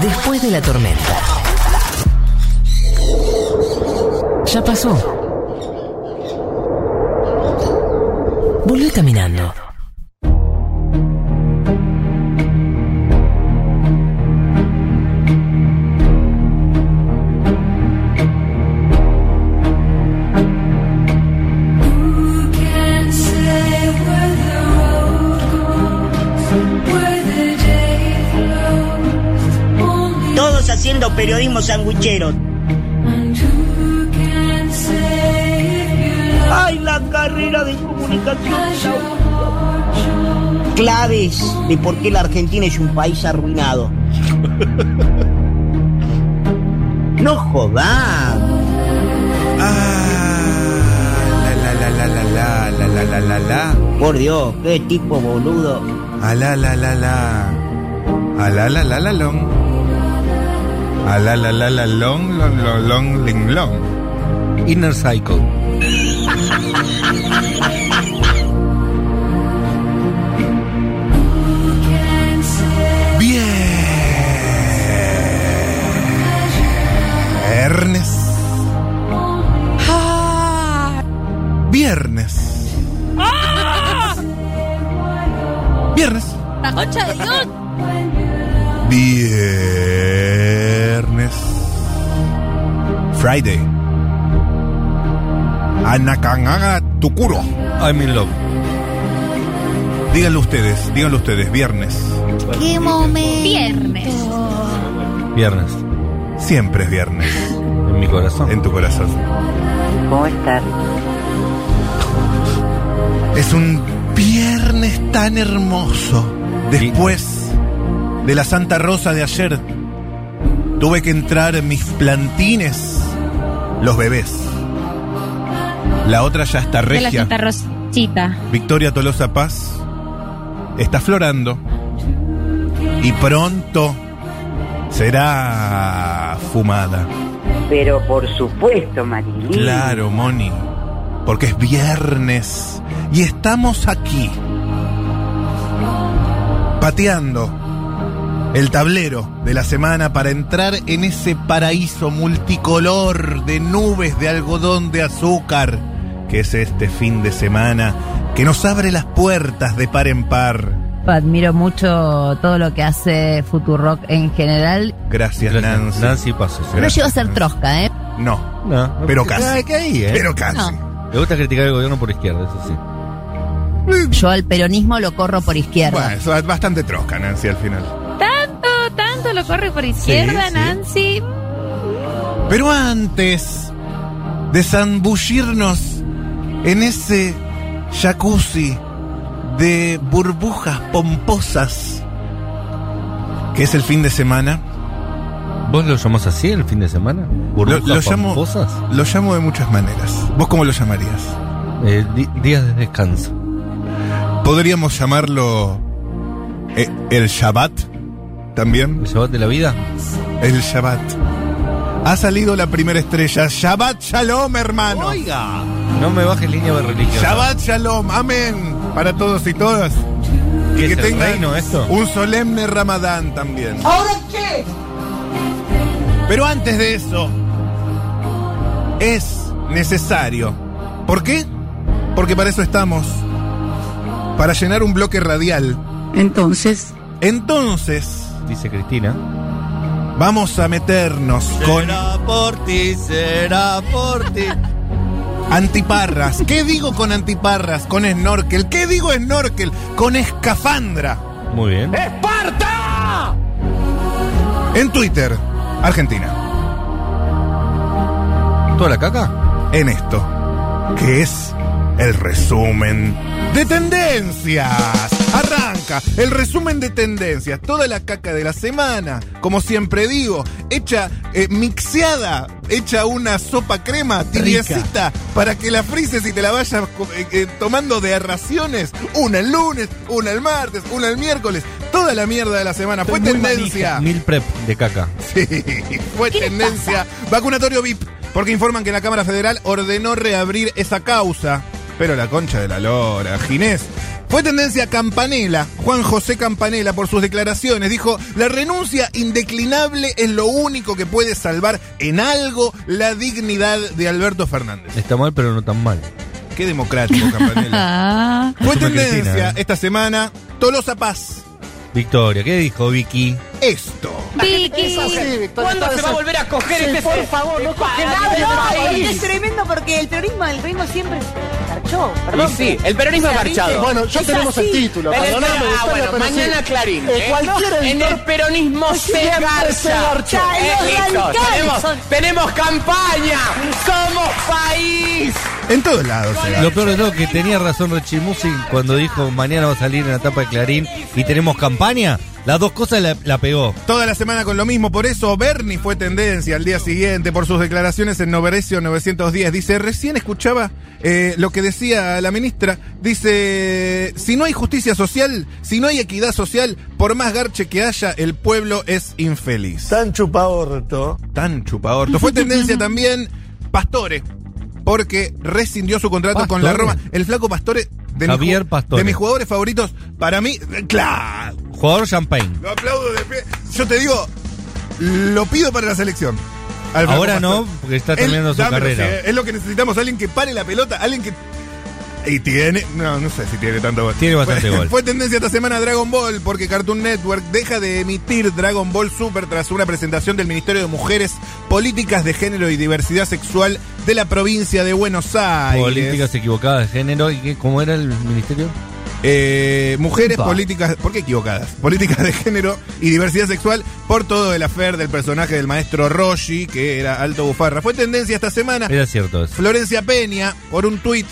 Después de la tormenta. Ya pasó. Volvió caminando. Todos haciendo periodismo sanguchero. ¡Ay, la carrera de comunicación! Claves de por qué la Argentina es un país arruinado. No jodamos. Ah, la la la la la la la la la la la. Por Dios, qué tipo boludo. A la la la la. A la la la la long. A la la la la long long long long ling long. Inner cycle. Viernes. Viernes. Viernes. La concha de Dios. Viernes. Friday. Anacanaga Tucuro. I'm in love. Díganlo ustedes, díganlo ustedes. Viernes. ¡Qué momento! Viernes. Viernes, Siempre es viernes. en mi corazón. En tu corazón. ¿Cómo estás? Es un viernes tan hermoso. Después de la Santa Rosa de ayer, tuve que entrar en mis plantines, los bebés. La otra ya está De la regia. Santa Rosita. Victoria Tolosa Paz está florando y pronto será fumada. Pero por supuesto, Marilyn. Claro, Moni, porque es viernes y estamos aquí pateando el tablero de la semana para entrar en ese paraíso multicolor de nubes de algodón de azúcar que es este fin de semana que nos abre las puertas de par en par. Admiro mucho todo lo que hace Futurock en general. Gracias, Gracias, Nancy. Nancy Pasos. No Gracias, llego a ser Nancy. trosca, ¿eh? No, No, no, Pero que- casi. ah, que ahí, ¿eh? pero casi. Me gusta criticar el gobierno por izquierda, eso sí. Yo al peronismo lo corro por izquierda. Bueno, eso es bastante trosca, Nancy, al final. Tanto, tanto lo corre por izquierda, Sí, sí. Nancy. Pero antes de zambullirnos en ese jacuzzi de burbujas pomposas, que es el fin de semana, ¿Vos lo llamás así el fin de semana? ¿Burbujas lo llamo- pomposas? lo llamo de muchas maneras. ¿Vos cómo lo llamarías? Eh, di- días de descanso. Podríamos llamarlo eh, el Shabbat ¿El también. Shabbat de la vida? El Shabbat. Ha salido la primera estrella. Shabbat Shalom, hermano. Oiga. No me bajes línea de religión. Shabbat Shalom, amén para todos y todas. Y ¿Qué que es el tengan reino esto? un solemne Ramadán también. ¿Ahora qué? Pero antes de eso, es necesario. ¿Por qué? Porque para eso estamos. Para llenar un bloque radial. Entonces. Entonces, Dice Cristina. vamos a meternos con por ti, será por ti. Antiparras. ¿Qué digo con antiparras? Con snorkel. ¿Qué digo snorkel? Con escafandra. Muy bien. En Twitter, Argentina. ¿Toda la caca? En esto, que es el resumen de tendencias. Arranca el resumen de tendencias. Toda la caca de la semana, como siempre digo, hecha eh, mixeada, hecha una sopa crema tibiecita para que la frises y te la vayas co- eh, eh, tomando de a raciones. Una el lunes, una el martes, una el miércoles. Toda la mierda de la semana fue Muy tendencia. manija. Mil prep de caca. Sí, fue tendencia. Vacunatorio VIP, porque informan que la Cámara Federal ordenó reabrir esa causa pero la concha de la lora, Ginés. Fue tendencia Campanela, Juan José Campanela, por sus declaraciones. Dijo, la renuncia indeclinable es lo único que puede salvar en algo la dignidad de Alberto Fernández. Está mal, pero no tan mal. Qué democrático, Campanela. Ah, Fue Encima tendencia Cristina, ¿eh? esta semana Tolosa Paz. Victoria, ¿qué dijo Vicky? Esto. Vicky. ¿Cuándo se va a volver a coger este Por favor, no coge es tremendo porque el peronismo, el peronismo siempre marchó, Y perdón. sí, el peronismo ha marchado. Bueno, ya Es tenemos así. el título. El- perdoname, ah, Gustavo, bueno, pero sí. mañana Clarín. Eh, ¿eh? cualquier en editor- el peronismo se Siempre se garcha. garcha. Eh, Los listo, radicales tenemos, son- tenemos campaña. Somos país. En todos lados. se da. Lo peor de todo que tenía razón Richie Music cuando dijo mañana va a salir en la tapa de Clarín y tenemos campaña. Las dos cosas la, la pegó. Toda la semana con lo mismo, por eso Bernie fue tendencia al día siguiente por sus declaraciones en Noverecio 910. Dice, recién escuchaba eh, lo que decía la ministra. Dice, si no hay justicia social, si no hay equidad social, por más garche que haya, el pueblo es infeliz. Tan chupaorto. Tan chupaorto. Fue tendencia también Pastore, porque rescindió su contrato con la Pastore. Roma. El flaco Pastore, de, Javier mis, ju- Pastore. de mis jugadores favoritos, para mí, claro. Jugador champagne. Lo aplaudo de pie. Yo te digo, lo pido para la selección. Al Franco Ahora no, Pastor. porque está Él- terminando su dámelo, carrera. sí, es lo que necesitamos, alguien que pare la pelota, alguien que... Y tiene... No, no sé si tiene tanto gol. Tiene bastante Fue- gol. Fue tendencia esta semana Dragon Ball porque Cartoon Network deja de emitir Dragon Ball Super tras una presentación del Ministerio de Mujeres, Políticas de Género y Diversidad Sexual de la provincia de Buenos Aires. Políticas equivocadas de género. ¿Y qué, cómo era el ministerio? Eh, mujeres, Upa. políticas, ¿por qué equivocadas? Políticas de género y diversidad sexual por todo el afer del personaje del maestro Roshi, que era alto bufarra. Fue tendencia esta semana. Era cierto eso. Florencia Peña, por un tuit,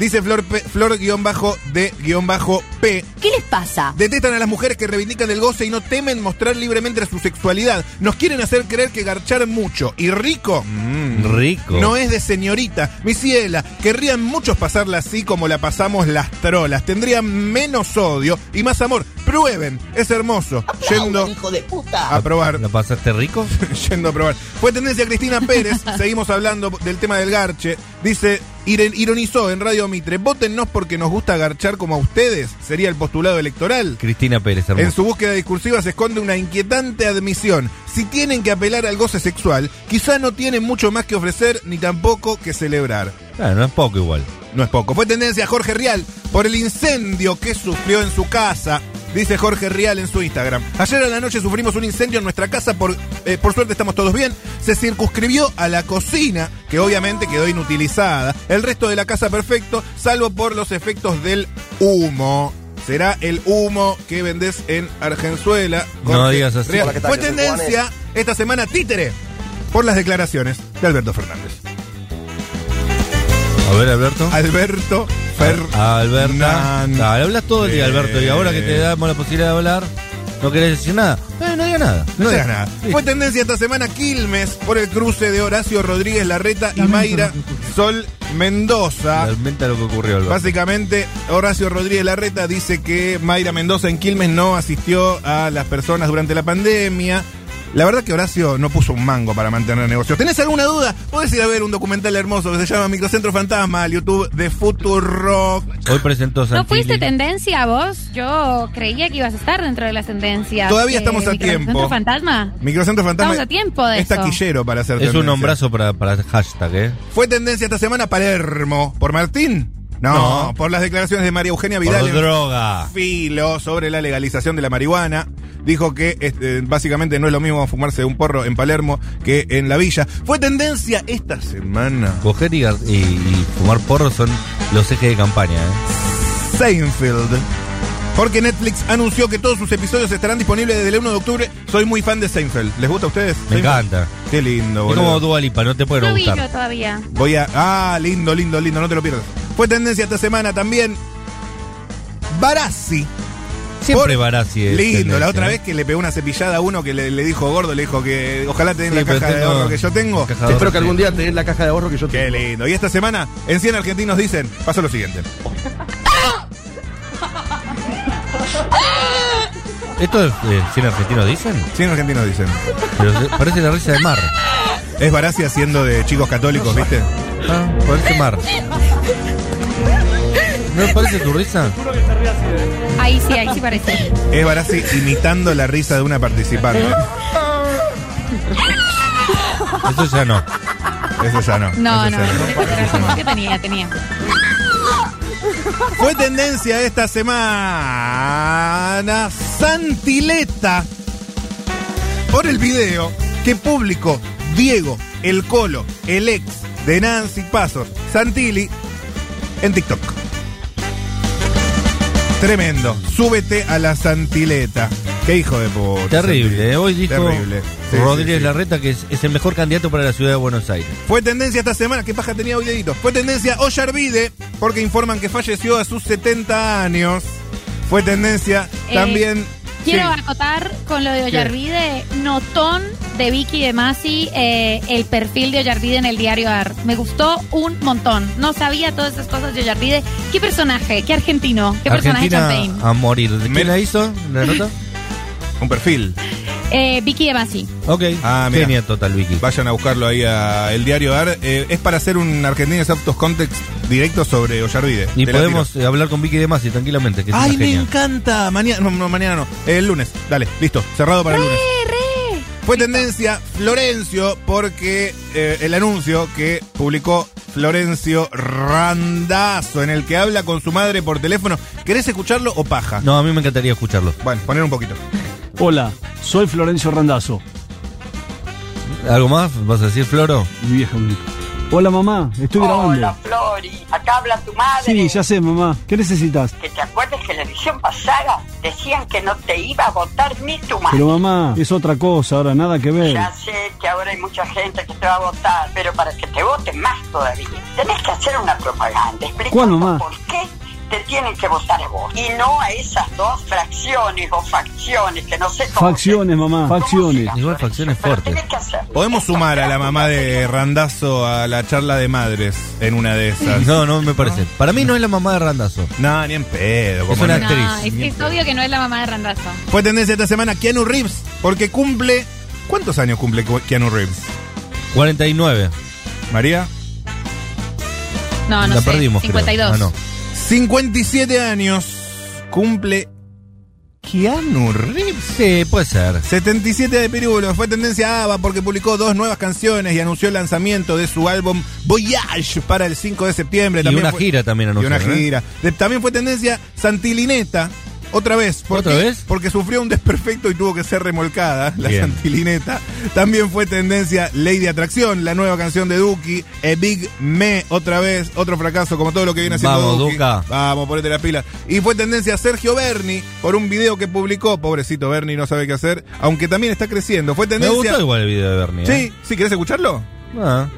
dice Flor, P- Flor guión bajo de guión bajo P. ¿Qué les pasa? Detestan a las mujeres que reivindican el goce y no temen mostrar libremente su sexualidad. Nos quieren hacer creer que garchar mucho y rico mm, Rico. no es de señorita. Mi ciela, querrían muchos pasarla así como la pasamos las trolas. Tendrían menos odio y más amor. Prueben, es hermoso. Yendo hijo de puta. a probar. ¿La pasaste rico? Yendo a probar. Fue tendencia Cristina Pérez. Seguimos hablando del tema del garche. Dice, "Iren- ironizó en Radio Mitre, votennos porque nos gusta garchar como a ustedes. Sería el postulado electoral. Cristina Pérez, hermoso. En su búsqueda discursiva se esconde una inquietante admisión. Si tienen que apelar al goce sexual, quizá no tienen mucho más que ofrecer ni tampoco que celebrar. Claro, no es poco igual. No es poco. Fue tendencia a Jorge Rial por el incendio que sufrió en su casa. Dice Jorge Rial en su Instagram. Ayer a la noche sufrimos un incendio en nuestra casa, por, eh, por suerte estamos todos bien. Se circunscribió a la cocina, que obviamente quedó inutilizada. El resto de la casa perfecto, salvo por los efectos del humo. Será el humo que vendés en Argenzuela. No Jorge digas así. Rial. Hola, ¿qué tal? Fue Yo soy tendencia esta semana títere por las declaraciones de Alberto Fernández. A ver, Alberto. Alberto Eh, Fernández. Ah, Alberta. Dale, hablas todo el día, Alberto. Y ahora que te damos la posibilidad de hablar, no querés decir nada. Eh, no diga nada. No diga digas nada. Fue tendencia esta semana Quilmes por el cruce de Horacio Rodríguez Larreta y Mayra Sol Mendoza. Realmente lo que ocurrió, Alberto. Básicamente, Horacio Rodríguez Larreta dice que Mayra Mendoza en Quilmes no asistió a las personas durante la pandemia. La verdad que Horacio no puso un mango para mantener el negocio. ¿Tenés alguna duda? Podés ir a ver un documental hermoso que se llama Microcentro Fantasma al YouTube de Futurock. Hoy presentó ¿No Santilli. fuiste tendencia vos? Yo creía que ibas a estar dentro de las tendencias. Todavía Eh, estamos a Microcentro tiempo. fantasma? Microcentro Fantasma Estamos a tiempo de es eso. taquillero para hacer Es un tendencia. nombrazo para, para hashtag, ¿eh? Fue tendencia esta semana Palermo. ¿Por Martín? No, por las declaraciones de María Eugenia Por Vidal en droga. Filo sobre la legalización de la marihuana. Dijo que este, básicamente no es lo mismo fumarse un porro en Palermo que en la villa. Fue tendencia esta semana. Coger y, gar- y- y fumar porro son los ejes de campaña, ¿eh? Seinfeld. Porque Netflix anunció que todos sus episodios estarán disponibles desde el 1 de octubre. Soy muy fan de Seinfeld. ¿Les gusta a ustedes? Me Seinfeld? encanta. Qué lindo, Es boludo. como Dua Lipa, no te puede no No vi yo gustar. todavía. Voy a. Ah, lindo, lindo, lindo, no te lo pierdas. Fue tendencia esta semana también. Barassi. Siempre Por- Barassi es Lindo, la tendencia, otra ¿eh? vez que le pegó una cepillada a uno que le, le dijo gordo, le dijo que ojalá te den Sí, la pero caja de tengo- ahorro que yo tengo. caja de ahorro, sí. día te den la caja de ahorro que yo Qué lindo. Y esta semana, en 100 argentinos dicen, pasó lo siguiente. ¿Esto es eh, cine argentino, dicen? 100 argentinos dicen. Pero se- parece la risa de Mar. Es Barassi haciendo de chicos católicos, ¿viste? Ah, parece Mar. ¿No parece tu risa? Ahí sí, ahí sí parece. Es Barassi imitando la risa de una participante. Eso ya no. Eso ya no. No, eso no, ya no. ¿Qué tenía? Tenía. Fue tendencia esta semana Santileta por el video que publicó Diego, el Colo, el ex de Nancy Pasos, Santilli, en TikTok. Tremendo. Súbete a la Santileta. Qué hijo de puta. Terrible. Santilli. ¿eh? Hoy dijo Terrible. Sí, Rodríguez sí, sí. Larreta que es, es el mejor candidato para la ciudad de Buenos Aires. Fue tendencia esta semana, qué paja tenía hoy dedito. Fue tendencia Ollarvide, porque informan que falleció a sus 70 años. Fue tendencia Eh, también. Quiero Sí. acotar con lo de Ollarvide, notón de Vicky de Masi, eh, el perfil de Ollarvide en el diario AR. Me gustó un montón. No sabía todas esas cosas de Ollarvide. ¿Qué personaje? ¿Qué argentino? ¿Qué personaje Argentina ah. champagne? a morir. Me- ¿Quién la hizo? ¿La nota? Un perfil. Eh, Vicky de Masi. Ok. Ah, mirá. Genia total, Vicky. Vayan a buscarlo ahí a el diario AR. Eh, es para hacer un Argentina Out of Context directo sobre Ollarvide. Y Te la podemos tiro. eh, hablar con Vicky de Masi tranquilamente, que es Ay, una me genia. encanta. Mañana, no, no, mañana no. El lunes. Dale, listo. Cerrado para el lunes. Fue tendencia Florencio porque eh, el anuncio que publicó Florencio Randazo, en el que habla con su madre por teléfono. ¿Querés escucharlo o paja? No, a mí me encantaría escucharlo. Bueno, poner un poquito. Hola, soy Florencio Randazo. ¿Algo más? ¿Vas a decir Floro? Mi vieja bonita. Hola mamá, estoy grabando. Hola, Flori. Acá habla tu madre. Sí, ya sé mamá. ¿Qué necesitas? Que te acuerdes que la elección pasada decían que no te iba a votar ni tu madre. Pero mamá, es otra cosa, ahora nada que ver. Ya sé que ahora hay mucha gente que te va a votar, pero para que te voten más todavía, tenés que hacer una propaganda explicando ¿Cuál, mamá? por qué te tienen que votar a vos. Y no a esas dos fracciones o facciones que no sé cómo... Facciones, mamá, cómo facciones. será, Igual Florencia, facciones pero fuertes. tenés que hacerlo. Podemos Esto sumar a la es mamá de Randazo a la charla de madres en una de esas. No, no me parece. Ah. Para mí no es la mamá de Randazo. No, ni en pedo. Es ¿cómo una no? actriz. No, es, es obvio que no es la mamá de Randazo. Fue tendencia esta semana Keanu Reeves porque cumple... ¿Cuántos años cumple Keanu Reeves? 49. María. No, no la sé. perdimos. creo. 52. Ah, no. 57 años cumple Keanu Reeves. Sí, puede ser. Eh, 77 de Pirulo fue tendencia a ABBA porque publicó dos nuevas canciones y anunció el lanzamiento de su álbum Voyage para el 5 de septiembre. Y También una fue- gira también Y una anunciaron, ¿eh? gira. De- también fue tendencia Santilineta. Otra vez. ¿Por ¿Otra qué? vez? Porque sufrió un desperfecto y tuvo que ser remolcada la Bien. Santilineta. También fue tendencia Ley de Atracción, la nueva canción de Duki. E Big Me, otra vez. Otro fracaso, como todo lo que viene haciendo Vamos, Duki. Duca. Vamos, ponete la pila. Y fue tendencia Sergio Berni por un video que publicó. Pobrecito Berni, no sabe qué hacer. Aunque también está creciendo. Fue Me tendencia. gustó igual el video de Bernie. ¿eh? Sí, sí, ¿querés escucharlo? Ah.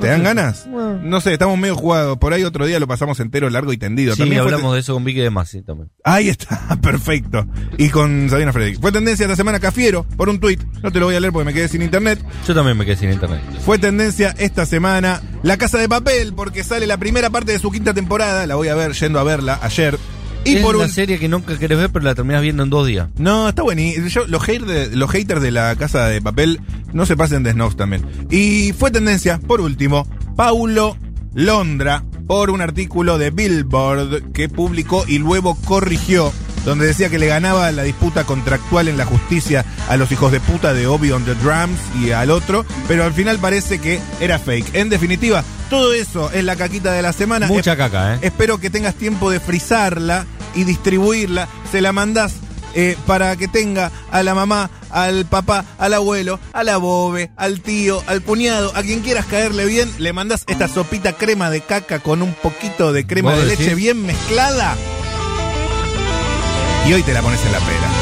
¿Te dan ganas? No sé, estamos medio jugados. Por ahí otro día lo pasamos entero, largo y tendido. Sí, También fue hablamos de eso con Vicky de Masi también. Ahí está, perfecto. Y con Sabina Frederick. Fue tendencia esta semana Cafiero por un tuit. No te lo voy a leer porque me quedé sin internet. Yo también me quedé sin internet. Fue tendencia esta semana La Casa de Papel porque sale la primera parte de su quinta temporada. La voy a ver yendo a verla ayer. Y es por una un... serie que nunca querés ver, pero la terminás viendo en dos días. No, está buenísimo. Yo, los, hate de- los haters de la Casa de Papel no se pasen de snobs también. Y fue tendencia, por último, Paulo Londra por un artículo de Billboard que publicó y luego corrigió, donde decía que le ganaba la disputa contractual en la justicia a los hijos de puta de Obi on the Drums y al otro, pero al final parece que era fake. En definitiva, todo eso es la caquita de la semana. Mucha Es- caca, ¿eh? Espero que tengas tiempo de frizarla y distribuirla. Se la mandás eh, para que tenga a la mamá, al papá, al abuelo, a la bobe, al tío, al cuñado, a quien quieras caerle bien. Le mandás esta sopita crema de caca con un poquito de crema ¿Vos de decís? leche bien mezclada. Y hoy te la pones en la pera.